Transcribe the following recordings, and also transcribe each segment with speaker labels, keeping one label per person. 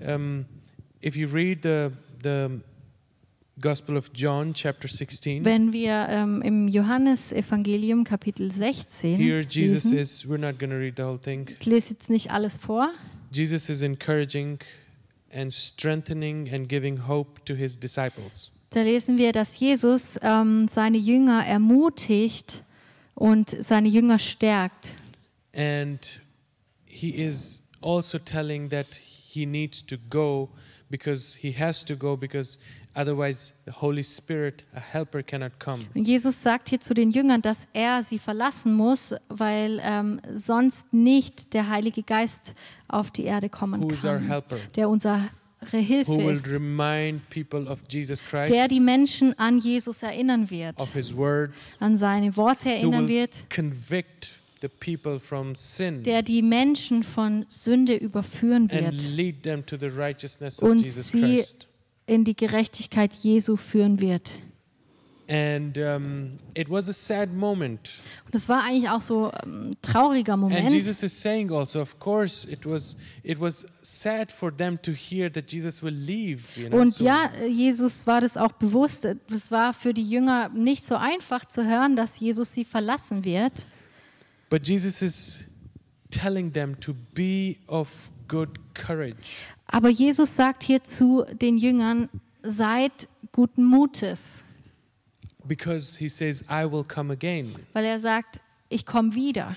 Speaker 1: um, if you read the, the Gospel of John, chapter 16,
Speaker 2: Wenn wir ähm, im Johannesevangelium Kapitel 16
Speaker 1: here Jesus
Speaker 2: lesen,
Speaker 1: is, we're not going to read the whole thing.
Speaker 2: ich lese jetzt nicht alles vor,
Speaker 1: Jesus is encouraging and strengthening and giving hope to his disciples.
Speaker 2: da lesen wir, dass Jesus ähm, seine Jünger ermutigt und seine Jünger stärkt.
Speaker 1: And he is also telling that he needs to go because he has to go because otherwise the Holy Spirit, a helper, cannot come.
Speaker 2: Und Jesus sagt hier zu den Jüngern, dass er sie verlassen muss, weil ähm, sonst nicht der Heilige Geist auf die Erde kommen
Speaker 1: Who is our
Speaker 2: kann,
Speaker 1: helper?
Speaker 2: der unsere Hilfe
Speaker 1: Who will
Speaker 2: ist,
Speaker 1: remind people of Jesus
Speaker 2: der
Speaker 1: Christ,
Speaker 2: die Menschen an Jesus erinnern wird,
Speaker 1: of his words,
Speaker 2: an seine Worte
Speaker 1: who
Speaker 2: erinnern
Speaker 1: will
Speaker 2: wird,
Speaker 1: convict the people from sin
Speaker 2: der die Menschen von Sünde überführen
Speaker 1: and
Speaker 2: wird
Speaker 1: lead them to the righteousness of
Speaker 2: und
Speaker 1: Jesus
Speaker 2: sie
Speaker 1: Christ.
Speaker 2: in die Gerechtigkeit Jesu führen wird.
Speaker 1: And um, it was a sad moment.
Speaker 2: Und das war eigentlich auch so ähm, ein trauriger
Speaker 1: And
Speaker 2: Moment.
Speaker 1: Jesus is saying also, of course, it was it was sad for them to hear that Jesus will leave. You know,
Speaker 2: Und
Speaker 1: soon.
Speaker 2: ja, Jesus war das auch bewusst. Es war für die Jünger nicht so einfach zu hören, dass Jesus sie verlassen wird.
Speaker 1: But Jesus is telling them to be of good courage.
Speaker 2: Aber Jesus sagt hier zu den Jüngern, seid guten Mutes,
Speaker 1: Because he says, I will come again.
Speaker 2: weil er sagt, ich komme wieder.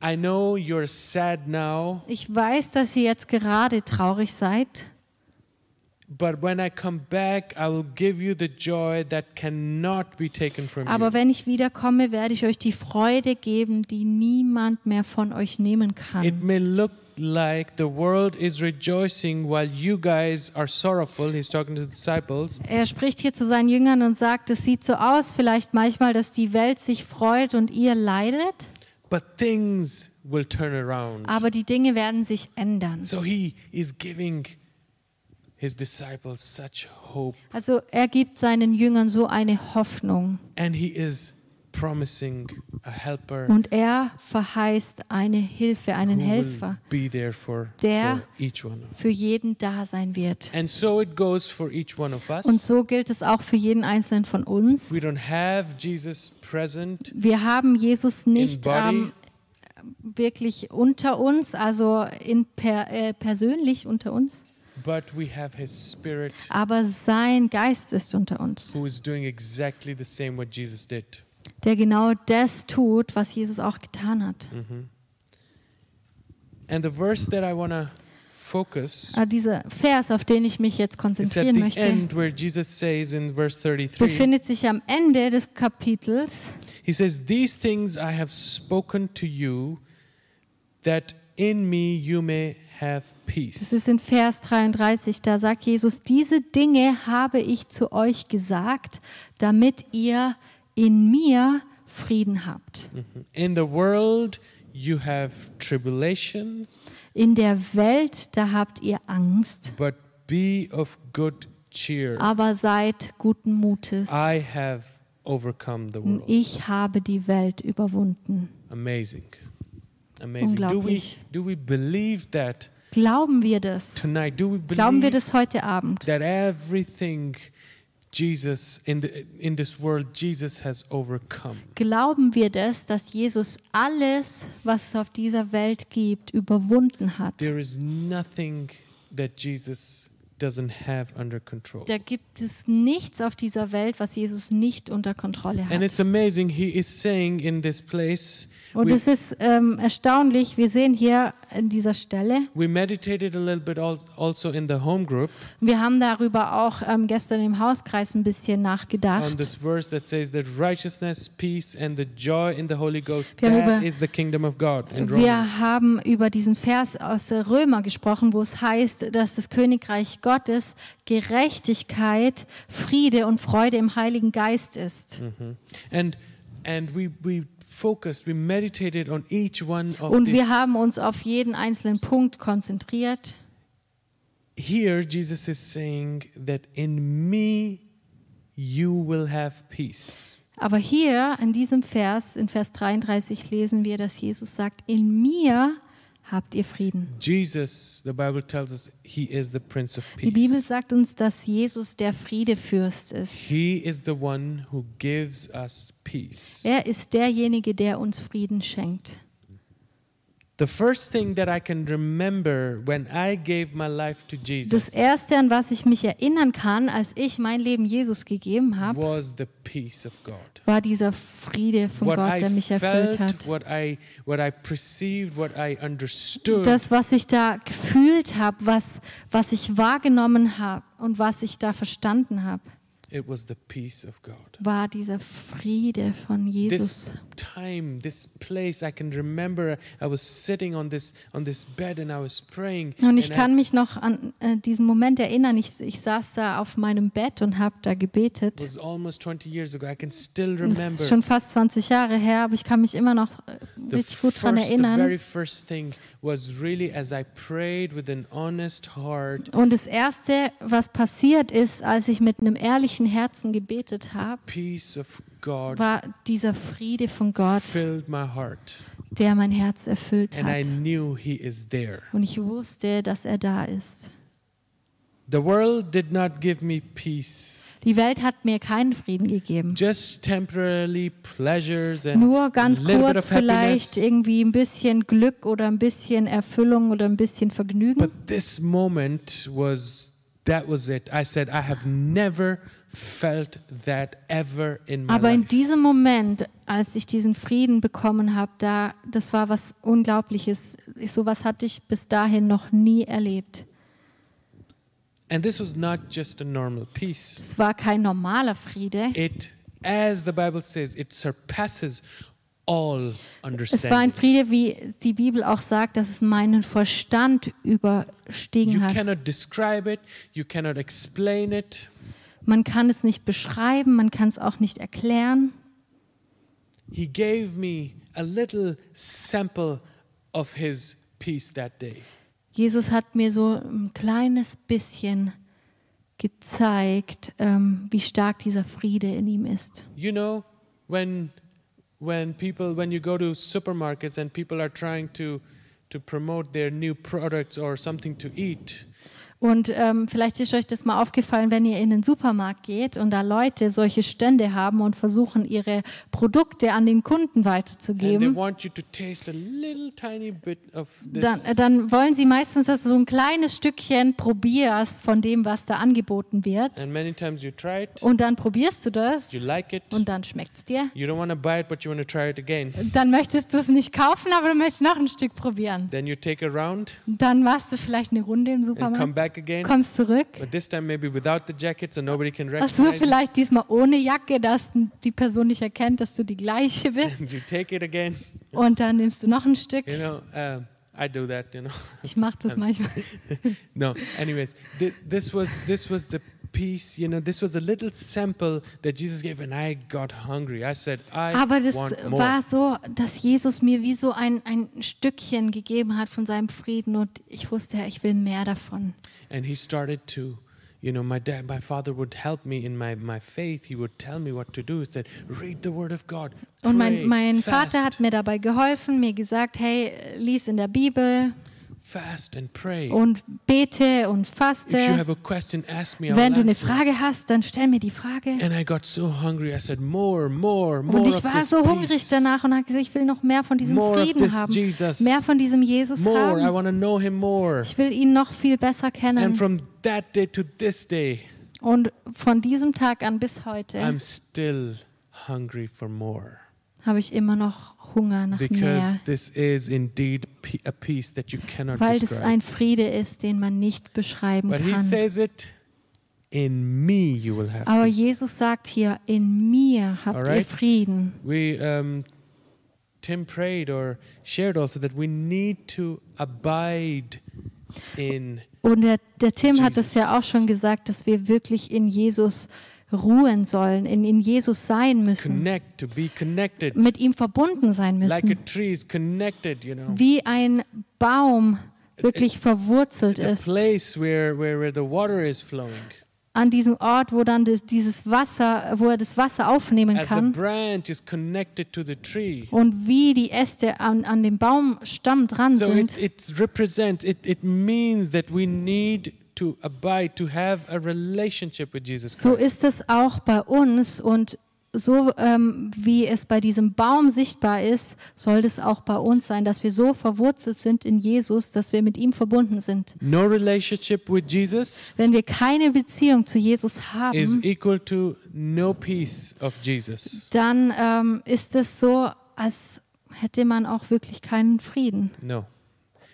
Speaker 1: I know you're sad now,
Speaker 2: Ich weiß, dass ihr jetzt gerade traurig seid,
Speaker 1: but when I come back, I will give you the joy that cannot be taken from
Speaker 2: aber
Speaker 1: you.
Speaker 2: wenn ich wiederkomme, werde ich euch die Freude geben, die niemand mehr von euch nehmen
Speaker 1: It
Speaker 2: kann.
Speaker 1: may look like the world is rejoicing while you guys are sorrowful. He's talking to the disciples.
Speaker 2: Er spricht hier zu seinen Jüngern und sagt, es sieht so aus vielleicht manchmal, dass die Welt sich freut und ihr leidet.
Speaker 1: But things will turn around.
Speaker 2: aber die Dinge werden sich ändern.
Speaker 1: So he is giving his disciples such hope
Speaker 2: Also er gibt seinen Jüngern so eine Hoffnung
Speaker 1: and he is promising a helper
Speaker 2: und er verheißt eine Hilfe, einen
Speaker 1: who will
Speaker 2: Helfer,
Speaker 1: be there for,
Speaker 2: Der-
Speaker 1: for each one of us.
Speaker 2: für jeden da sein wird.
Speaker 1: And so it goes for each one of
Speaker 2: Und
Speaker 1: us.
Speaker 2: so gilt es auch für jeden einzelnen von uns.
Speaker 1: We don't have Jesus present
Speaker 2: Wir haben Jesus
Speaker 1: in
Speaker 2: nicht
Speaker 1: body,
Speaker 2: ähm, wirklich unter uns, also in per, äh, persönlich unter uns,
Speaker 1: but we have his spirit
Speaker 2: aber sein Geist ist unter uns,
Speaker 1: who is doing exactly the same what Jesus did.
Speaker 2: der genau das tut, was Jesus auch getan hat.
Speaker 1: Mhm. And the verse that I want to focus
Speaker 2: Aber Ah, dieser Vers, auf den ich mich jetzt
Speaker 1: is at
Speaker 2: konzentrieren
Speaker 1: the
Speaker 2: möchte,
Speaker 1: end where Jesus says in verse 33
Speaker 2: befindet sich am Ende des Kapitels.
Speaker 1: He says, These things I have spoken to you, that in me you may have
Speaker 2: Das
Speaker 1: peace.
Speaker 2: ist in Vers 33, da sagt Jesus, diese Dinge habe ich zu euch gesagt, damit ihr in mir Frieden habt.
Speaker 1: Mm-hmm. In the world you have tribulation,
Speaker 2: In der Welt, da habt ihr Angst,
Speaker 1: but be of good cheer.
Speaker 2: aber seid guten Mutes.
Speaker 1: I have overcome the
Speaker 2: Mm,
Speaker 1: world.
Speaker 2: Ich habe die Welt überwunden.
Speaker 1: Amazing. Amazing. Do we,
Speaker 2: Unglaublich.
Speaker 1: do we believe that
Speaker 2: Glauben wir das?
Speaker 1: tonight? Do we
Speaker 2: Glauben wir
Speaker 1: believe
Speaker 2: das heute Abend?
Speaker 1: that everything Jesus in, the, in this world, Jesus has overcome?
Speaker 2: Glauben wir das, dass Jesus alles, was es auf dieser Welt gibt, überwunden hat?
Speaker 1: There is nothing that Jesus doesn't have under control.
Speaker 2: Da gibt es nichts auf dieser Welt, was Jesus nicht unter Kontrolle
Speaker 1: And
Speaker 2: hat.
Speaker 1: it's amazing, he is saying in this place.
Speaker 2: Und
Speaker 1: We,
Speaker 2: es ist ähm, erstaunlich, wir sehen hier an dieser Stelle,
Speaker 1: we meditated a little bit al- also in the home group
Speaker 2: wir haben darüber auch ähm, gestern im Hauskreis ein bisschen
Speaker 1: on
Speaker 2: nachgedacht.
Speaker 1: this verse that says that righteousness, peace, and the joy in the Holy Ghost,
Speaker 2: Wir haben
Speaker 1: that
Speaker 2: über-
Speaker 1: is the kingdom of God in Romans.
Speaker 2: Wir haben über diesen Vers aus der Römer gesprochen, wo es heißt, dass das Königreich Gottes Gerechtigkeit, Friede und Freude im Heiligen Geist ist.
Speaker 1: Mhm. Mm-hmm. And, and we, we focused, we meditated on each one of
Speaker 2: Und wir
Speaker 1: these.
Speaker 2: haben uns auf jeden einzelnen Punkt konzentriert.
Speaker 1: Here, Jesus is saying that in me you will have peace.
Speaker 2: Aber hier in diesem Vers, in Vers 33, lesen wir, dass Jesus sagt, in mir habt ihr Frieden.
Speaker 1: Jesus, the Bible tells us, he is the Prince of
Speaker 2: Die Bibel
Speaker 1: Peace.
Speaker 2: sagt uns, dass Jesus der Friedefürst ist.
Speaker 1: He is the one who gives us peace.
Speaker 2: Er ist derjenige, der uns Frieden schenkt.
Speaker 1: The first thing that I can remember when I gave my life to
Speaker 2: Das
Speaker 1: Jesus
Speaker 2: Erste, an was ich mich erinnern kann, als ich mein Leben Jesus gegeben habe,
Speaker 1: was the peace of God.
Speaker 2: war dieser Friede von
Speaker 1: What
Speaker 2: Gott,
Speaker 1: I
Speaker 2: der mich erfüllt hat.
Speaker 1: felt, what I what I perceived, what I understood
Speaker 2: Das, was ich da gefühlt habe, was, was ich wahrgenommen habe und was ich da verstanden habe,
Speaker 1: It was the peace of God.
Speaker 2: war dieser Friede von
Speaker 1: This
Speaker 2: Jesus.
Speaker 1: time, this place, I can remember I was sitting on this on this bed and I was praying.
Speaker 2: Und ich
Speaker 1: and I-
Speaker 2: kann mich noch an äh, diesen Moment erinnern. Ich, ich saß da auf meinem Bett und habe da
Speaker 1: it
Speaker 2: gebetet.
Speaker 1: was almost 20 years ago. I can still
Speaker 2: Das ist
Speaker 1: remember
Speaker 2: schon fast 20 Jahre her, aber ich kann mich immer noch äh,
Speaker 1: the
Speaker 2: richtig gut daran
Speaker 1: first- the
Speaker 2: erinnern.
Speaker 1: very first thing was really as I prayed with an honest heart,
Speaker 2: Und das Erste, was passiert ist, als ich mit einem ehrlichen Herzen gebetet habe,
Speaker 1: peace of God
Speaker 2: war dieser Friede von Gott,
Speaker 1: filled my heart.
Speaker 2: der mein Herz erfüllt
Speaker 1: And I
Speaker 2: hat.
Speaker 1: knew He is there.
Speaker 2: Und ich wusste, dass er da ist.
Speaker 1: The world did not give me peace,
Speaker 2: Die Welt hat mir keinen Frieden gegeben.
Speaker 1: just temporarily pleasures and
Speaker 2: Nur ganz
Speaker 1: a little bit
Speaker 2: kurz
Speaker 1: of
Speaker 2: vielleicht
Speaker 1: happiness.
Speaker 2: irgendwie ein bisschen Glück oder ein bisschen Erfüllung oder ein bisschen Vergnügen.
Speaker 1: But this moment was that was it. I said I have never felt that ever in my
Speaker 2: Aber in
Speaker 1: life.
Speaker 2: diesem Moment, als ich diesen Frieden bekommen habe, da, das war was Unglaubliches. Ich, sowas hatte ich bis dahin noch nie erlebt.
Speaker 1: And this was not just a normal peace.
Speaker 2: Es war kein normaler Friede.
Speaker 1: It as the Bible says, it surpasses all
Speaker 2: Es war ein
Speaker 1: understanding.
Speaker 2: Friede, wie die Bibel auch sagt, dass es meinen Verstand
Speaker 1: You
Speaker 2: überstiegen hat.
Speaker 1: cannot describe it, you cannot explain it.
Speaker 2: Man kann es nicht beschreiben, man kann es auch nicht erklären.
Speaker 1: He gave me a little sample of his peace that day.
Speaker 2: Jesus hat mir so ein kleines bisschen gezeigt, ähm, wie stark dieser Friede in ihm ist.
Speaker 1: You know, when when people when you go to supermarkets and people are trying to to promote their new products or something to eat,
Speaker 2: Und ähm, vielleicht ist euch das mal aufgefallen, wenn ihr in den Supermarkt geht und da Leute solche Stände haben und versuchen, ihre Produkte an den Kunden
Speaker 1: and they
Speaker 2: weiterzugeben.
Speaker 1: want you to taste a little tiny bit of
Speaker 2: Dann,
Speaker 1: this.
Speaker 2: äh, dann wollen sie meistens, dass du so ein kleines Stückchen probierst von dem, was da angeboten wird.
Speaker 1: and many times you try it,
Speaker 2: Und dann probierst du das
Speaker 1: you like it,
Speaker 2: und dann schmeckt es dir.
Speaker 1: you don't want to buy it, but you want to try it again.
Speaker 2: Dann möchtest du es nicht kaufen, aber du möchtest noch ein Stück probieren.
Speaker 1: Then you take a round
Speaker 2: Dann machst du vielleicht eine Runde im
Speaker 1: and come
Speaker 2: Supermarkt,
Speaker 1: back again,
Speaker 2: kommst zurück.
Speaker 1: but this time maybe without the jacket, so nobody can
Speaker 2: Also
Speaker 1: recognize. it.
Speaker 2: vielleicht diesmal ohne Jacke, dass die Person nicht erkennt, dass du die gleiche bist.
Speaker 1: And you take it again.
Speaker 2: Und dann nimmst du noch ein Stück.
Speaker 1: You know, uh, I do that. You know.
Speaker 2: Ich mache das
Speaker 1: I'm
Speaker 2: manchmal.
Speaker 1: no anyways this, this was this was the piece you know this was a little sample that jesus gave and i got hungry i said i
Speaker 2: Aber das
Speaker 1: want more
Speaker 2: war so, dass Jesus mir wie so ein, ein Stückchen gegeben hat von seinem Frieden und ich wusste, ich will mehr davon.
Speaker 1: and he started to you know my dad my father would help me in my my faith he would tell me what to do he said read the word of god pray,
Speaker 2: Und mein, mein
Speaker 1: fast,
Speaker 2: Vater hat mir dabei geholfen, mir gesagt, hey, lies in der Bibel
Speaker 1: fast and pray
Speaker 2: und bete und
Speaker 1: if you
Speaker 2: faste.
Speaker 1: have a question ask me I
Speaker 2: Wenn
Speaker 1: will
Speaker 2: du eine
Speaker 1: answer.
Speaker 2: Frage hast, dann stell mir die Frage.
Speaker 1: and i got so hungry i said more more more
Speaker 2: Und ich
Speaker 1: of
Speaker 2: war
Speaker 1: this
Speaker 2: so hungrig
Speaker 1: peace.
Speaker 2: danach und habe gesagt, ich will noch mehr von diesem
Speaker 1: More of
Speaker 2: Frieden
Speaker 1: this
Speaker 2: haben,
Speaker 1: Jesus.
Speaker 2: mehr von diesem Jesus
Speaker 1: more i
Speaker 2: haben.
Speaker 1: want to know him more
Speaker 2: Ich will ihn noch viel besser
Speaker 1: and
Speaker 2: kennen.
Speaker 1: from that day to this day
Speaker 2: Und von diesem Tag an bis heute
Speaker 1: I'm still hungry for more
Speaker 2: habe ich immer noch Hunger nach
Speaker 1: because
Speaker 2: mehr,
Speaker 1: this is indeed pe- a peace that you cannot
Speaker 2: weil es
Speaker 1: describe.
Speaker 2: ein Friede ist, den man nicht beschreiben
Speaker 1: But he
Speaker 2: kann.
Speaker 1: says it, in me you will have
Speaker 2: Aber
Speaker 1: peace.
Speaker 2: Jesus sagt hier, in mir habt ihr
Speaker 1: Alright.
Speaker 2: Frieden.
Speaker 1: We, um, Tim prayed or shared also that we need to abide in.
Speaker 2: Und der, der Tim hat es ja auch
Speaker 1: Jesus.
Speaker 2: schon gesagt, dass wir wirklich in Jesus ruhen sollen, in, in Jesus sein müssen,
Speaker 1: Connect, to be connected,
Speaker 2: mit ihm verbunden sein
Speaker 1: like
Speaker 2: müssen.
Speaker 1: a tree is connected, you know.
Speaker 2: wie ein Baum wirklich verwurzelt
Speaker 1: The
Speaker 2: ist,
Speaker 1: place where, where, where the water is flowing.
Speaker 2: an diesem Ort, wo dann das, dieses Wasser, wo er das Wasser aufnehmen
Speaker 1: As the
Speaker 2: kann
Speaker 1: branch is connected to the tree.
Speaker 2: und wie die Äste an, an dem Baumstamm dran
Speaker 1: So
Speaker 2: sind.
Speaker 1: it, it represents, it, it means that we need to abide, to have a relationship with Jesus
Speaker 2: So
Speaker 1: Christ.
Speaker 2: ist es auch bei uns und so ähm, wie es bei diesem Baum sichtbar ist, soll es auch bei uns sein, dass wir so verwurzelt sind in Jesus, dass wir mit ihm verbunden sind.
Speaker 1: No relationship with Jesus
Speaker 2: Wenn wir keine Beziehung zu Jesus
Speaker 1: is
Speaker 2: haben,
Speaker 1: equal to no peace of Jesus,
Speaker 2: dann ähm, ist es so, als hätte man auch wirklich keinen Frieden.
Speaker 1: no.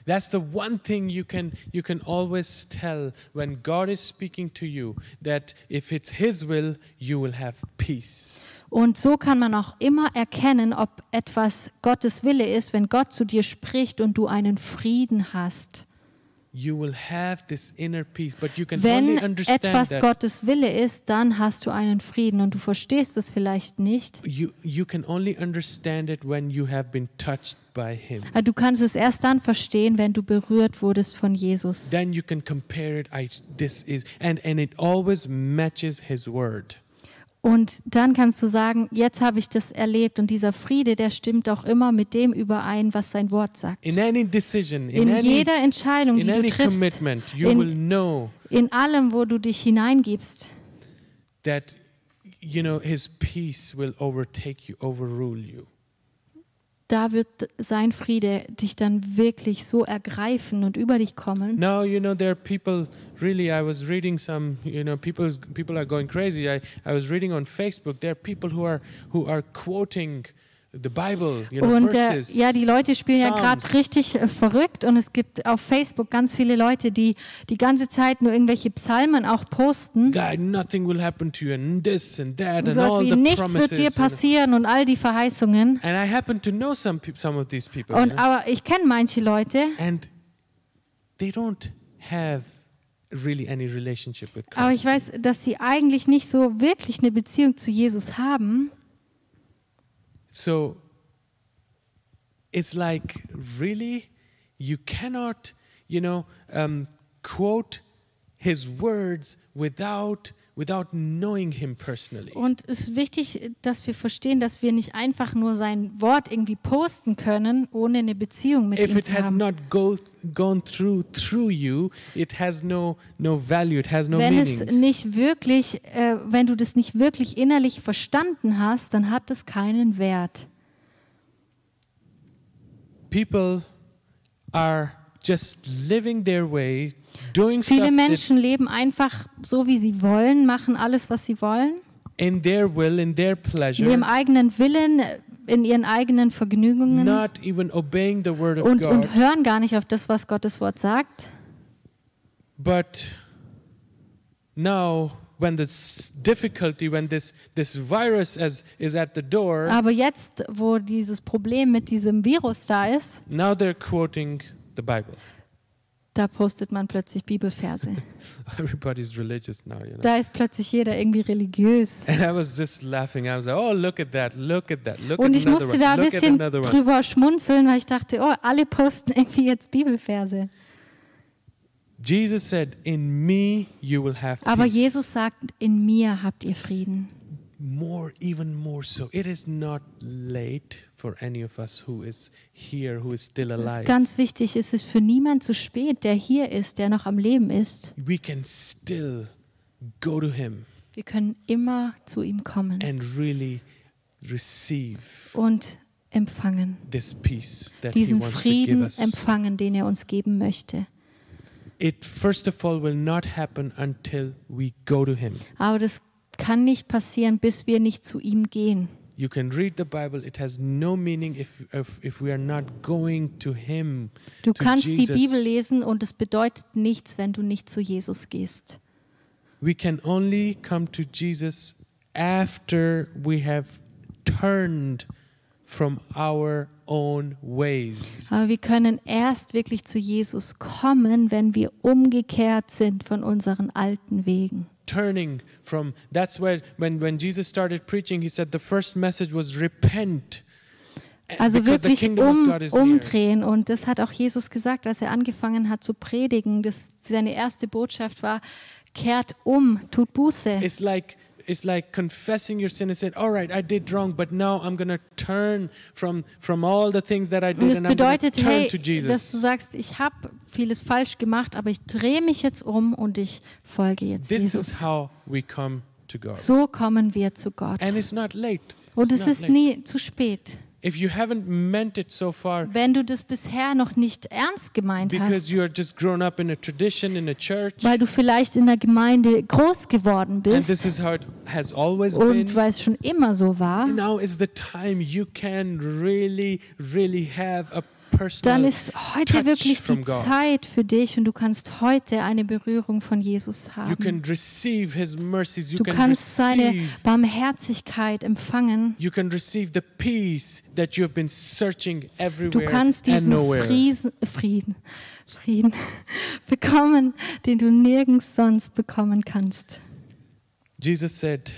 Speaker 1: That's the one thing you can you can always tell when God is speaking to you that if it's his will you will have peace.
Speaker 2: Und so kann man auch immer erkennen, ob etwas Gottes Wille ist, wenn Gott zu dir spricht und du einen Frieden hast.
Speaker 1: You will have this inner peace but you can
Speaker 2: Wenn
Speaker 1: only understand
Speaker 2: etwas
Speaker 1: that
Speaker 2: Gottes Wille ist, dann hast du einen Frieden und du verstehst es vielleicht nicht.
Speaker 1: you you can only understand it when you have been touched by him
Speaker 2: Aber du kannst es erst dann verstehen, wenn du berührt wurdest von Jesus.
Speaker 1: then you can compare it I, this is and and it always matches his word
Speaker 2: Und dann kannst du sagen, jetzt habe ich das erlebt und dieser Friede, der stimmt auch immer mit dem überein, was sein Wort sagt.
Speaker 1: in any decision in,
Speaker 2: In
Speaker 1: any
Speaker 2: jeder Entscheidung, die
Speaker 1: in
Speaker 2: du
Speaker 1: any
Speaker 2: triffst,
Speaker 1: commitment you will
Speaker 2: in,
Speaker 1: know
Speaker 2: in allem, wo du dich hineingibst,
Speaker 1: that you know his peace will overtake you overrule you
Speaker 2: da wird sein Friede dich dann wirklich so ergreifen und über dich kommen.
Speaker 1: now you know there are people really i was reading some you know people people are going crazy i i was reading on facebook there are people who are who are quoting the bible you know
Speaker 2: Und äh,
Speaker 1: verses
Speaker 2: ja, die Leute spielen ja gerade
Speaker 1: Psalms.
Speaker 2: richtig äh, verrückt und es gibt auf Facebook ganz viele Leute, die die ganze Zeit nur irgendwelche Psalmen auch posten.
Speaker 1: God, nothing will happen to you, and this and that, and
Speaker 2: Sowas
Speaker 1: all
Speaker 2: wie
Speaker 1: the
Speaker 2: nichts
Speaker 1: promises.
Speaker 2: wird dir
Speaker 1: and,
Speaker 2: passieren und all die Verheißungen.
Speaker 1: and I happen to know some peop some of these people, you
Speaker 2: Und
Speaker 1: know,
Speaker 2: aber ich kenne manche Leute,
Speaker 1: and they don't have really any relationship with
Speaker 2: aber
Speaker 1: Christ.
Speaker 2: ich weiß, dass sie eigentlich nicht so wirklich eine Beziehung zu Jesus haben.
Speaker 1: So it's like really, you cannot, you know, um, quote his words without without knowing him personally.
Speaker 2: Und es ist wichtig, dass wir verstehen, dass wir nicht einfach nur sein Wort irgendwie posten können, ohne eine Beziehung mit
Speaker 1: if
Speaker 2: ihm
Speaker 1: it
Speaker 2: zu
Speaker 1: has
Speaker 2: haben.
Speaker 1: not go, gone through through you it has no no value it has no
Speaker 2: Wenn es
Speaker 1: meaning
Speaker 2: nicht wirklich, äh, wenn du das nicht wirklich innerlich verstanden hast, dann hat es keinen Wert.
Speaker 1: people are just living their way doing
Speaker 2: Viele
Speaker 1: stuff that-
Speaker 2: Menschen leben einfach so, wie sie wollen, machen alles, was sie wollen,
Speaker 1: in their will in their
Speaker 2: in ihrem
Speaker 1: pleasure
Speaker 2: eigenen Willen, äh, in ihren eigenen Vergnügungen.
Speaker 1: not even obeying the word of
Speaker 2: und,
Speaker 1: god
Speaker 2: und hören gar nicht auf das, was Gottes Wort sagt.
Speaker 1: but now when this difficulty when this this virus as is at the door
Speaker 2: Aber jetzt, wo dieses Problem mit diesem Virus da ist,
Speaker 1: now they're quoting the bible
Speaker 2: da postet man plötzlich Bibelverse.
Speaker 1: everybody's religious now you know
Speaker 2: Da ist plötzlich jeder irgendwie religiös.
Speaker 1: And I was just laughing. I was like, oh, look at that, look at that, look
Speaker 2: Und
Speaker 1: at
Speaker 2: ich
Speaker 1: another
Speaker 2: musste
Speaker 1: one,
Speaker 2: da ein
Speaker 1: look at
Speaker 2: bisschen
Speaker 1: another one.
Speaker 2: drüber schmunzeln, weil ich dachte, oh, alle posten irgendwie jetzt Bibelverse.
Speaker 1: Jesus said, in me you will have
Speaker 2: Aber
Speaker 1: peace.
Speaker 2: Jesus sagt, in mir habt ihr Frieden.
Speaker 1: More, even more so. It is not late for any of us who is here, who is still
Speaker 2: Das ist
Speaker 1: alive.
Speaker 2: ganz wichtig, es ist für niemand zu spät, der hier ist, der noch am Leben ist.
Speaker 1: We can still go to him
Speaker 2: Wir können immer zu ihm kommen
Speaker 1: and really receive
Speaker 2: und empfangen.
Speaker 1: this peace that he
Speaker 2: diesen
Speaker 1: wants to give
Speaker 2: Frieden
Speaker 1: us.
Speaker 2: empfangen, den er uns geben möchte.
Speaker 1: It, first of all, will not happen until we go to him.
Speaker 2: Aber das kann nicht passieren, bis wir nicht zu ihm gehen.
Speaker 1: You can read the Bible. It has no meaning if if, if we are not going to Him.
Speaker 2: Du
Speaker 1: to
Speaker 2: kannst
Speaker 1: Jesus.
Speaker 2: die Bibel lesen und es bedeutet nichts, wenn du nicht zu Jesus gehst.
Speaker 1: We can only come to Jesus after we have turned from our own ways.
Speaker 2: Aber wir können erst wirklich zu Jesus kommen, wenn wir umgekehrt sind von unseren alten Wegen.
Speaker 1: Turning from that's where when when Jesus started preaching, he said the first message was repent eh,
Speaker 2: Also
Speaker 1: Äh, because the
Speaker 2: wirklich
Speaker 1: kingdom of
Speaker 2: um,
Speaker 1: God is near.
Speaker 2: umdrehen. Und das hat auch Jesus gesagt, als er angefangen hat zu predigen. Das, seine erste Botschaft war, kehrt um, tut Buße.
Speaker 1: It's like it's like confessing your sin and saying, "All right, I did wrong, but now I'm gonna turn from from all the things that I
Speaker 2: Und
Speaker 1: did,
Speaker 2: es
Speaker 1: and I'm gonna
Speaker 2: bedeutet,
Speaker 1: turn
Speaker 2: hey,
Speaker 1: to
Speaker 2: dass du
Speaker 1: Jesus."
Speaker 2: sagst, ich habe vieles falsch gemacht, aber ich drehe mich jetzt um und ich folge jetzt
Speaker 1: This is
Speaker 2: Jesus.
Speaker 1: how we come to God,
Speaker 2: So kommen wir zu Gott.
Speaker 1: and it's not late.
Speaker 2: Und
Speaker 1: It's
Speaker 2: es
Speaker 1: not
Speaker 2: ist
Speaker 1: late.
Speaker 2: nie zu spät,
Speaker 1: If you haven't meant it so far,
Speaker 2: wenn du das bisher noch nicht ernst gemeint
Speaker 1: because
Speaker 2: hast,
Speaker 1: you are just grown up in a tradition in a church,
Speaker 2: weil du vielleicht in der Gemeinde groß
Speaker 1: and
Speaker 2: geworden bist
Speaker 1: this is how it has always
Speaker 2: und
Speaker 1: been.
Speaker 2: weil es schon immer so war,
Speaker 1: Now is the time you can really, really have a
Speaker 2: dann
Speaker 1: personal
Speaker 2: ist heute
Speaker 1: touch
Speaker 2: wirklich
Speaker 1: from
Speaker 2: die
Speaker 1: God.
Speaker 2: Zeit für dich und du kannst heute eine Berührung von Jesus
Speaker 1: You
Speaker 2: haben.
Speaker 1: can receive His mercies. You
Speaker 2: Du
Speaker 1: can
Speaker 2: kannst seine
Speaker 1: receive.
Speaker 2: Barmherzigkeit empfangen.
Speaker 1: You can receive the peace that you have been searching
Speaker 2: Du
Speaker 1: everywhere
Speaker 2: kannst
Speaker 1: and
Speaker 2: diesen
Speaker 1: nowhere.
Speaker 2: Friesen, Frieden, Frieden bekommen, den du nirgends sonst bekommen kannst.
Speaker 1: Jesus said,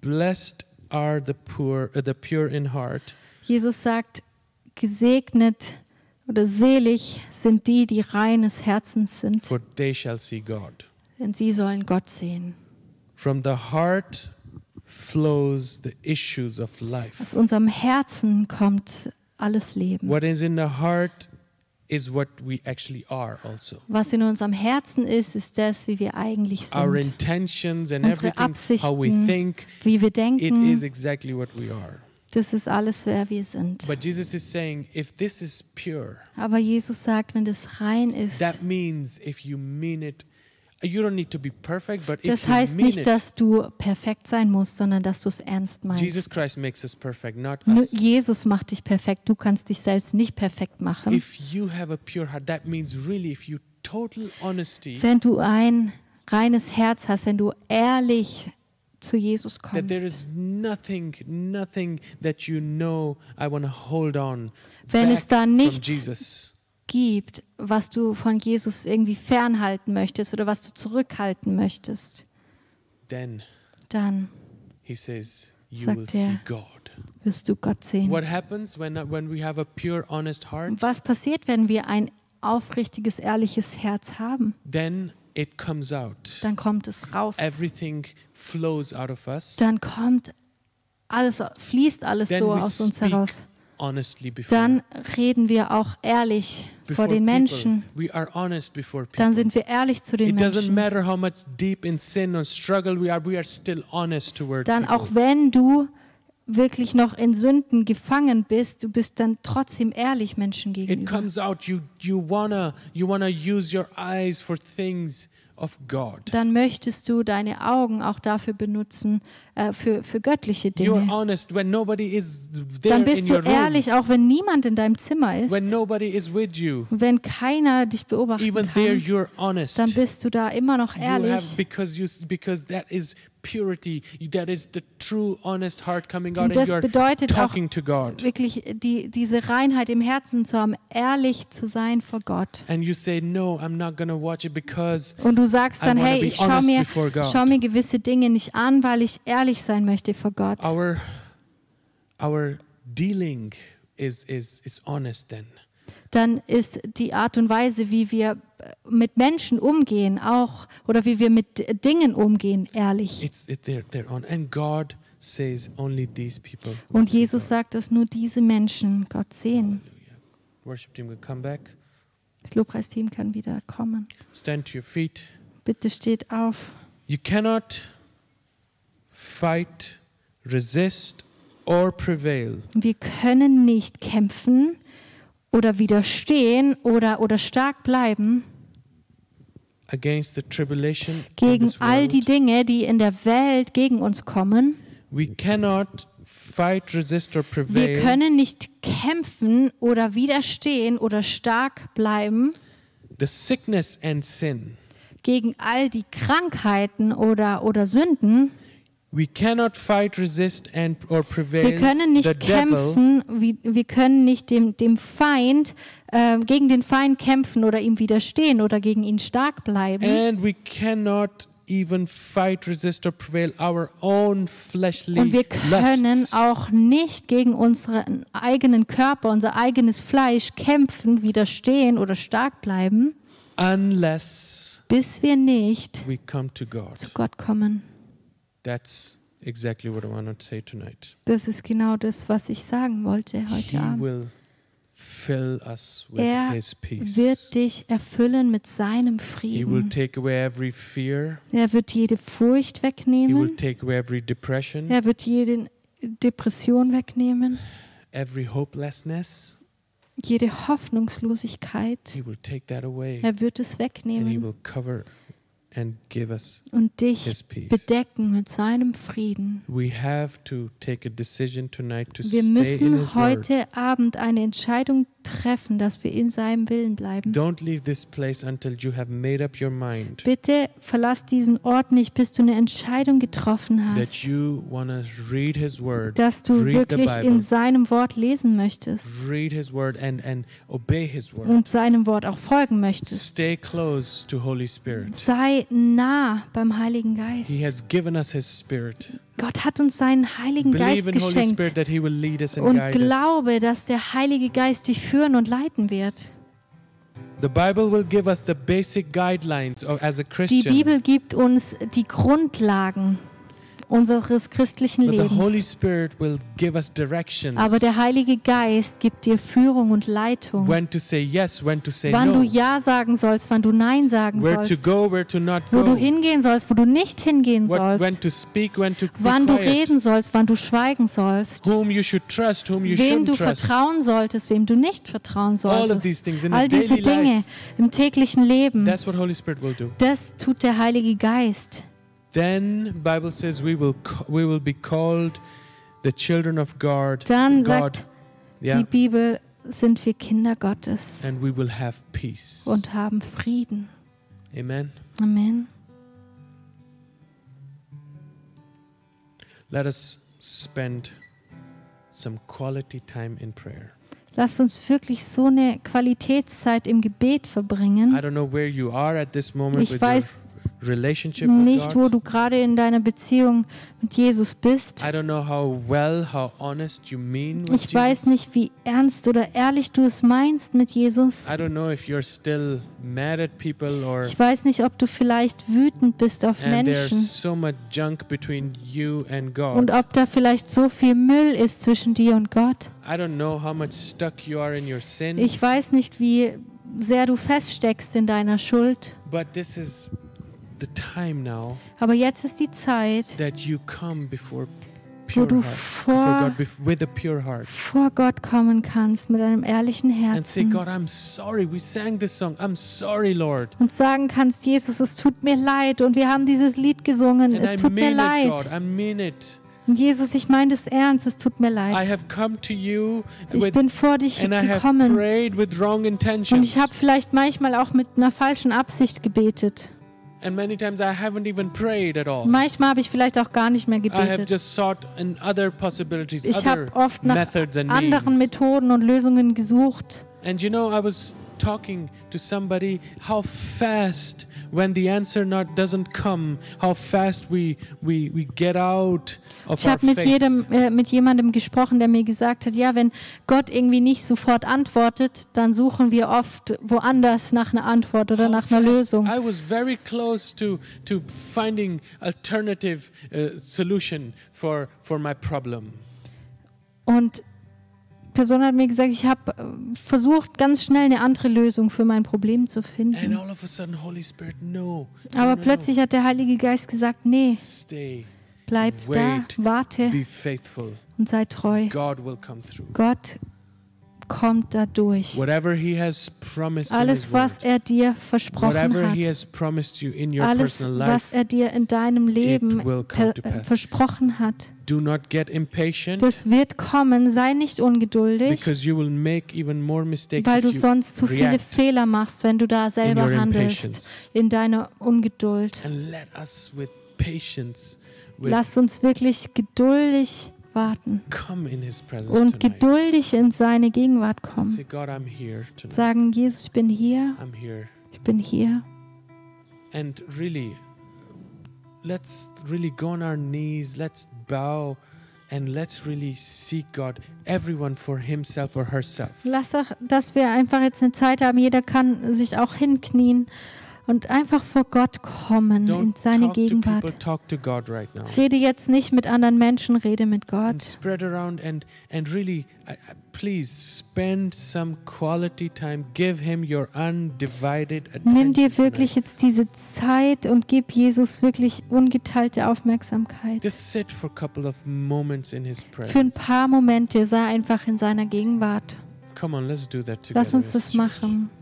Speaker 1: "Blessed are the poor, uh, the pure in heart,
Speaker 2: Jesus sagt, gesegnet oder selig sind die, die reines Herzens sind,
Speaker 1: for they shall see God."
Speaker 2: denn sie sollen Gott sehen.
Speaker 1: From the heart flows the issues of life.
Speaker 2: Aus unserem Herzen kommt alles Leben.
Speaker 1: What is in the heart is what we actually are also.
Speaker 2: Was in unserem Herzen ist, ist das, wie wir eigentlich
Speaker 1: Our
Speaker 2: sind.
Speaker 1: intentions and
Speaker 2: Unsere
Speaker 1: everything, how we
Speaker 2: Absichten,
Speaker 1: think,
Speaker 2: Wie wir
Speaker 1: it
Speaker 2: denken,
Speaker 1: is exactly what we are.
Speaker 2: das ist alles, wer wir sind.
Speaker 1: But Jesus is saying, if this is pure,
Speaker 2: Aber Jesus sagt, wenn das rein ist,
Speaker 1: that means if you mean it, you don't need to be perfect, but if
Speaker 2: Das
Speaker 1: you
Speaker 2: heißt
Speaker 1: mean
Speaker 2: nicht,
Speaker 1: it,
Speaker 2: dass du perfekt sein musst, sondern dass du es ernst meinst.
Speaker 1: Jesus Christ makes us perfect, not
Speaker 2: Nur
Speaker 1: us.
Speaker 2: Jesus macht dich perfekt. Du kannst dich selbst nicht perfekt machen.
Speaker 1: If you have a pure heart, that means really, if you total honesty,
Speaker 2: Wenn du ein reines Herz hast, wenn du ehrlich zu Jesus
Speaker 1: that there
Speaker 2: kommst,
Speaker 1: is nothing, nothing that you know I want to hold on
Speaker 2: Wenn es
Speaker 1: back
Speaker 2: da
Speaker 1: from
Speaker 2: nichts-
Speaker 1: Jesus.
Speaker 2: gibt, was du von Jesus irgendwie fernhalten möchtest oder was du zurückhalten möchtest,
Speaker 1: Then
Speaker 2: dann
Speaker 1: he says, you
Speaker 2: Sagt
Speaker 1: will see
Speaker 2: er.
Speaker 1: God.
Speaker 2: wirst du Gott sehen.
Speaker 1: What happens when, when we have a pure, honest heart?
Speaker 2: Was passiert, wenn wir ein aufrichtiges, ehrliches Herz haben?
Speaker 1: Then it comes out.
Speaker 2: Dann kommt es raus.
Speaker 1: Everything flows out of us.
Speaker 2: Dann kommt alles, fließt alles
Speaker 1: Then
Speaker 2: so
Speaker 1: we
Speaker 2: aus uns
Speaker 1: speak
Speaker 2: heraus.
Speaker 1: honestly before,
Speaker 2: dann reden wir auch ehrlich
Speaker 1: before
Speaker 2: vor den
Speaker 1: people.
Speaker 2: Menschen.
Speaker 1: We are honest before people.
Speaker 2: Dann sind wir ehrlich zu den
Speaker 1: it doesn't
Speaker 2: Menschen.
Speaker 1: matter how much deep in sin or struggle we are, we are still honest toward
Speaker 2: Dann
Speaker 1: people.
Speaker 2: auch wenn du wirklich noch in Sünden gefangen bist, du bist dann trotzdem ehrlich Menschen
Speaker 1: it
Speaker 2: gegenüber.
Speaker 1: comes out you you wanna you wanna use your eyes for things of God.
Speaker 2: Dann möchtest du deine Augen auch dafür benutzen, äh, für, für göttliche
Speaker 1: You're
Speaker 2: Dinge.
Speaker 1: honest when nobody is there
Speaker 2: Dann
Speaker 1: in
Speaker 2: bist du
Speaker 1: your room,
Speaker 2: ehrlich, auch wenn niemand in deinem Zimmer ist.
Speaker 1: when
Speaker 2: Und
Speaker 1: nobody is with you.
Speaker 2: Wenn keiner dich beobachten
Speaker 1: Even there,
Speaker 2: kann,
Speaker 1: you're honest.
Speaker 2: dann bist du da immer noch
Speaker 1: You have
Speaker 2: ehrlich.
Speaker 1: because you because that is purity. That is the true honest heart coming out, and
Speaker 2: Und das
Speaker 1: you're
Speaker 2: bedeutet auch
Speaker 1: talking to God.
Speaker 2: wirklich die, diese Reinheit im Herzen zu haben, ehrlich zu sein vor Gott.
Speaker 1: And you say, "No, I'm not gonna watch it because
Speaker 2: Und du sagst
Speaker 1: I
Speaker 2: dann,
Speaker 1: wanna
Speaker 2: hey,
Speaker 1: be
Speaker 2: ich schaue
Speaker 1: honest
Speaker 2: mir,
Speaker 1: before God.
Speaker 2: schau mir gewisse Dinge nicht an, weil ich ehrlich sein möchte vor Gott.
Speaker 1: our our dealing is is is honest." Then
Speaker 2: Dann ist die Art und Weise, wie wir äh, mit Menschen umgehen, auch oder wie wir mit Dingen umgehen, ehrlich.
Speaker 1: it's it, they're they're on. And God says, "Only these people." will
Speaker 2: Und
Speaker 1: see
Speaker 2: Jesus
Speaker 1: God."
Speaker 2: sagt, dass nur diese Menschen Gott sehen.
Speaker 1: worship team, will come back.
Speaker 2: Das Lobpreisteam kann wieder kommen.
Speaker 1: Stand to your feet.
Speaker 2: Bitte steht auf.
Speaker 1: You cannot fight, resist, or prevail
Speaker 2: Wir können nicht kämpfen oder widerstehen oder, oder stark bleiben
Speaker 1: against the tribulation of
Speaker 2: gegen
Speaker 1: this
Speaker 2: all die
Speaker 1: world.
Speaker 2: Dinge, die in der Welt gegen uns kommen.
Speaker 1: We cannot fight, resist, or
Speaker 2: Wir
Speaker 1: prevail
Speaker 2: können nicht kämpfen oder widerstehen oder stark bleiben
Speaker 1: the sickness and sin.
Speaker 2: gegen all die Krankheiten oder, oder Sünden.
Speaker 1: We cannot fight, resist, and or prevail
Speaker 2: Wir können
Speaker 1: the
Speaker 2: nicht
Speaker 1: devil
Speaker 2: kämpfen, wir, wir können nicht dem, dem Feind, äh, gegen den Feind kämpfen oder ihm widerstehen oder gegen ihn stark bleiben.
Speaker 1: and we cannot even fight, resist, or prevail our own fleshly
Speaker 2: Und wir können
Speaker 1: lusts.
Speaker 2: auch nicht gegen unseren eigenen Körper, unser eigenes Fleisch kämpfen, widerstehen oder stark bleiben,
Speaker 1: unless
Speaker 2: bis wir nicht
Speaker 1: we come to God.
Speaker 2: zu Gott kommen.
Speaker 1: That's exactly what I want to say tonight.
Speaker 2: Das ist genau das, was ich sagen wollte
Speaker 1: He
Speaker 2: heute Abend.
Speaker 1: will fill us with
Speaker 2: Er
Speaker 1: His peace.
Speaker 2: wird dich erfüllen mit seinem
Speaker 1: He will
Speaker 2: Frieden.
Speaker 1: take away every fear.
Speaker 2: Er wird jede Furcht
Speaker 1: He will
Speaker 2: wegnehmen.
Speaker 1: take away every depression,
Speaker 2: Er wird jede Depression wegnehmen,
Speaker 1: every hopelessness.
Speaker 2: jede Hoffnungslosigkeit.
Speaker 1: He will take that away.
Speaker 2: Er wird es
Speaker 1: and He
Speaker 2: wegnehmen
Speaker 1: will cover and give us
Speaker 2: und
Speaker 1: His
Speaker 2: dich
Speaker 1: peace.
Speaker 2: bedecken mit seinem Frieden.
Speaker 1: We have to take a decision tonight to
Speaker 2: Wir
Speaker 1: stay in
Speaker 2: müssen
Speaker 1: His Word.
Speaker 2: heute Abend eine Entscheidung treffen, dass wir in seinem Willen bleiben.
Speaker 1: Don't leave this place until you have made up your mind
Speaker 2: Bitte verlass diesen Ort nicht, bis du eine Entscheidung getroffen
Speaker 1: that
Speaker 2: hast,
Speaker 1: you want to read His Word,
Speaker 2: dass du
Speaker 1: read the
Speaker 2: wirklich in
Speaker 1: Bible,
Speaker 2: seinem Wort lesen möchtest
Speaker 1: read His Word, and and obey His Word.
Speaker 2: und seinem Wort auch folgen möchtest.
Speaker 1: Stay close to Holy Spirit.
Speaker 2: Sei nah beim Heiligen
Speaker 1: He
Speaker 2: Geist.
Speaker 1: has given us His Spirit.
Speaker 2: Gott hat uns seinen Heiligen Geist
Speaker 1: Believe in Holy Spirit
Speaker 2: geschenkt
Speaker 1: that He will lead us and
Speaker 2: und
Speaker 1: guide us.
Speaker 2: glaube, dass der Heilige Geist dich führen und leiten wird.
Speaker 1: The Bible will give us the basic guidelines of, as a
Speaker 2: Die
Speaker 1: Christian.
Speaker 2: Bibel gibt uns die Grundlagen unseres christlichen
Speaker 1: But the Holy
Speaker 2: Lebens.
Speaker 1: Spirit will give us directions.
Speaker 2: Aber der Heilige Geist gibt dir Führung und Leitung.
Speaker 1: When to say yes, when to say
Speaker 2: Wann du
Speaker 1: no.
Speaker 2: Ja sagen sollst, wann du Nein sagen
Speaker 1: Where to
Speaker 2: sollst,
Speaker 1: go, where to not
Speaker 2: wo du
Speaker 1: go.
Speaker 2: hingehen sollst, wo du nicht hingehen
Speaker 1: What, when
Speaker 2: sollst,
Speaker 1: to speak, when to be
Speaker 2: wann du
Speaker 1: quiet.
Speaker 2: reden sollst, wann du schweigen sollst.
Speaker 1: Whom you should trust, whom you
Speaker 2: wem du
Speaker 1: shouldn't trust.
Speaker 2: vertrauen solltest, wem du nicht vertrauen
Speaker 1: All of
Speaker 2: solltest.
Speaker 1: these things in
Speaker 2: All
Speaker 1: the
Speaker 2: diese
Speaker 1: daily life.
Speaker 2: Dinge im täglichen Leben,
Speaker 1: That's what Holy Spirit will do.
Speaker 2: das tut der Heilige Geist.
Speaker 1: Then Bible says we will ca- we will be called the children of God.
Speaker 2: Dann
Speaker 1: God.
Speaker 2: sagt
Speaker 1: yeah.
Speaker 2: die Bibel, sind wir Kinder Gottes
Speaker 1: And we will have peace.
Speaker 2: und haben Frieden.
Speaker 1: Amen.
Speaker 2: Amen.
Speaker 1: Let us spend some quality time in prayer.
Speaker 2: Lasst uns wirklich so eine Qualitätszeit im Gebet
Speaker 1: I
Speaker 2: verbringen.
Speaker 1: don't know where you are at this moment
Speaker 2: Hmm? Ich
Speaker 1: with
Speaker 2: weiß
Speaker 1: your relationship
Speaker 2: Nicht, wo
Speaker 1: with God.
Speaker 2: du gerade in deiner Beziehung mit Jesus bist.
Speaker 1: I don't know how well, how honest you mean with
Speaker 2: Ich weiß
Speaker 1: Jesus.
Speaker 2: nicht, wie ernst oder ehrlich du es meinst mit Jesus.
Speaker 1: I don't know if you're still mad at people or
Speaker 2: Ich weiß nicht, ob du vielleicht wütend bist auf
Speaker 1: and
Speaker 2: Menschen.
Speaker 1: there's so much junk between you and
Speaker 2: Und
Speaker 1: God.
Speaker 2: ob da vielleicht so viel Müll ist zwischen dir und Gott.
Speaker 1: I don't know how much stuck you are in your sin,
Speaker 2: Ich weiß nicht, wie sehr du feststeckst in deiner Schuld.
Speaker 1: but this is the time now
Speaker 2: Aber jetzt ist die Zeit,
Speaker 1: that you come before pure
Speaker 2: du
Speaker 1: heart, before
Speaker 2: vor-
Speaker 1: God bef- with a pure heart.
Speaker 2: vor Gott kommen kannst mit einem ehrlichen
Speaker 1: and say,
Speaker 2: Herzen
Speaker 1: God, I'm sorry. We sang this song. I'm sorry, Lord.
Speaker 2: und sagen kannst, Jesus, es tut mir leid und wir haben dieses Lied gesungen,
Speaker 1: And
Speaker 2: es
Speaker 1: I
Speaker 2: tut
Speaker 1: mean
Speaker 2: mir
Speaker 1: it, God.
Speaker 2: leid.
Speaker 1: I mean it.
Speaker 2: Und Jesus, ich meine es ernst, es tut mir
Speaker 1: I
Speaker 2: leid.
Speaker 1: have come to you
Speaker 2: Ich
Speaker 1: with,
Speaker 2: bin vor dich
Speaker 1: and I have
Speaker 2: gekommen
Speaker 1: prayed with wrong
Speaker 2: und
Speaker 1: intentions.
Speaker 2: ich habe vielleicht manchmal auch mit einer falschen Absicht gebetet.
Speaker 1: And many times I haven't even prayed at all.
Speaker 2: Manchmal habe ich vielleicht auch gar nicht mehr
Speaker 1: I have
Speaker 2: gebetet.
Speaker 1: just sought in other possibilities,
Speaker 2: Ich
Speaker 1: other
Speaker 2: habe oft nach
Speaker 1: methods and
Speaker 2: anderen
Speaker 1: means.
Speaker 2: Methoden und Lösungen gesucht.
Speaker 1: And you know, I was talking to somebody how fast when the answer not doesn't come, how fast we we we get out of
Speaker 2: Ich
Speaker 1: our
Speaker 2: habe mit,
Speaker 1: faith.
Speaker 2: jedem, äh, mit jemandem gesprochen, der mir gesagt hat, ja, wenn Gott irgendwie nicht sofort antwortet, dann suchen wir oft woanders nach einer Antwort oder nach einer
Speaker 1: Yes,
Speaker 2: Lösung.
Speaker 1: I was very close to to finding alternative uh, solution for for my problem.
Speaker 2: Und die Person hat mir gesagt, ich habe äh, versucht, ganz schnell eine andere Lösung für mein Problem zu
Speaker 1: And
Speaker 2: finden.
Speaker 1: all of a sudden, Holy Spirit, no. no,
Speaker 2: Aber
Speaker 1: no,
Speaker 2: plötzlich hat der Heilige Geist gesagt,
Speaker 1: no.
Speaker 2: nee,
Speaker 1: stay,
Speaker 2: bleib da,
Speaker 1: Wait.
Speaker 2: warte
Speaker 1: be faithful.
Speaker 2: und sei treu.
Speaker 1: God will come through.
Speaker 2: Gott kommt da durch.
Speaker 1: Whatever He has promised in His
Speaker 2: Alles, was
Speaker 1: word,
Speaker 2: er dir versprochen
Speaker 1: whatever He
Speaker 2: hat,
Speaker 1: has promised you in your
Speaker 2: alles,
Speaker 1: personal
Speaker 2: was
Speaker 1: life,
Speaker 2: er dir in deinem
Speaker 1: It will
Speaker 2: Leben
Speaker 1: come
Speaker 2: per,
Speaker 1: to pass.
Speaker 2: versprochen hat,
Speaker 1: do not get impatient
Speaker 2: das wird kommen. Sei nicht ungeduldig,
Speaker 1: because you will make even more mistakes
Speaker 2: weil du
Speaker 1: if you
Speaker 2: sonst zu viele
Speaker 1: react
Speaker 2: Fehler machst, wenn du da
Speaker 1: in
Speaker 2: selber
Speaker 1: your
Speaker 2: handelst,
Speaker 1: impatience.
Speaker 2: in deiner Ungeduld.
Speaker 1: And let us with patience, with
Speaker 2: Lass uns wirklich geduldig warten
Speaker 1: come in his presence
Speaker 2: und
Speaker 1: tonight.
Speaker 2: geduldig in seine Gegenwart
Speaker 1: Say,
Speaker 2: kommen.
Speaker 1: God, I'm here tonight.
Speaker 2: Sagen, Jesus, ich bin hier,
Speaker 1: I'm here.
Speaker 2: ich bin hier.
Speaker 1: And really, let's really go on our knees, let's bow, and let's really seek God, everyone for himself or herself.
Speaker 2: Lass doch, dass wir einfach jetzt eine Zeit haben. Jeder kann sich auch hinknien und einfach vor Gott kommen in
Speaker 1: Don't
Speaker 2: seine
Speaker 1: talk to people,
Speaker 2: Gegenwart.
Speaker 1: talk to God right now.
Speaker 2: Rede jetzt nicht mit anderen Menschen, rede mit
Speaker 1: And
Speaker 2: Gott.
Speaker 1: spread around and and really, I- I- please spend some quality time. Give Him your undivided attention.
Speaker 2: Nimm dir
Speaker 1: tonight.
Speaker 2: wirklich jetzt diese Zeit und gib Jesus wirklich ungeteilte Aufmerksamkeit.
Speaker 1: Just sit for a couple of moments in His
Speaker 2: Für ein
Speaker 1: presence.
Speaker 2: paar Momente sei einfach in seiner Gegenwart.
Speaker 1: Come on, let's do that together.
Speaker 2: Lass uns
Speaker 1: as
Speaker 2: das
Speaker 1: a church.
Speaker 2: machen.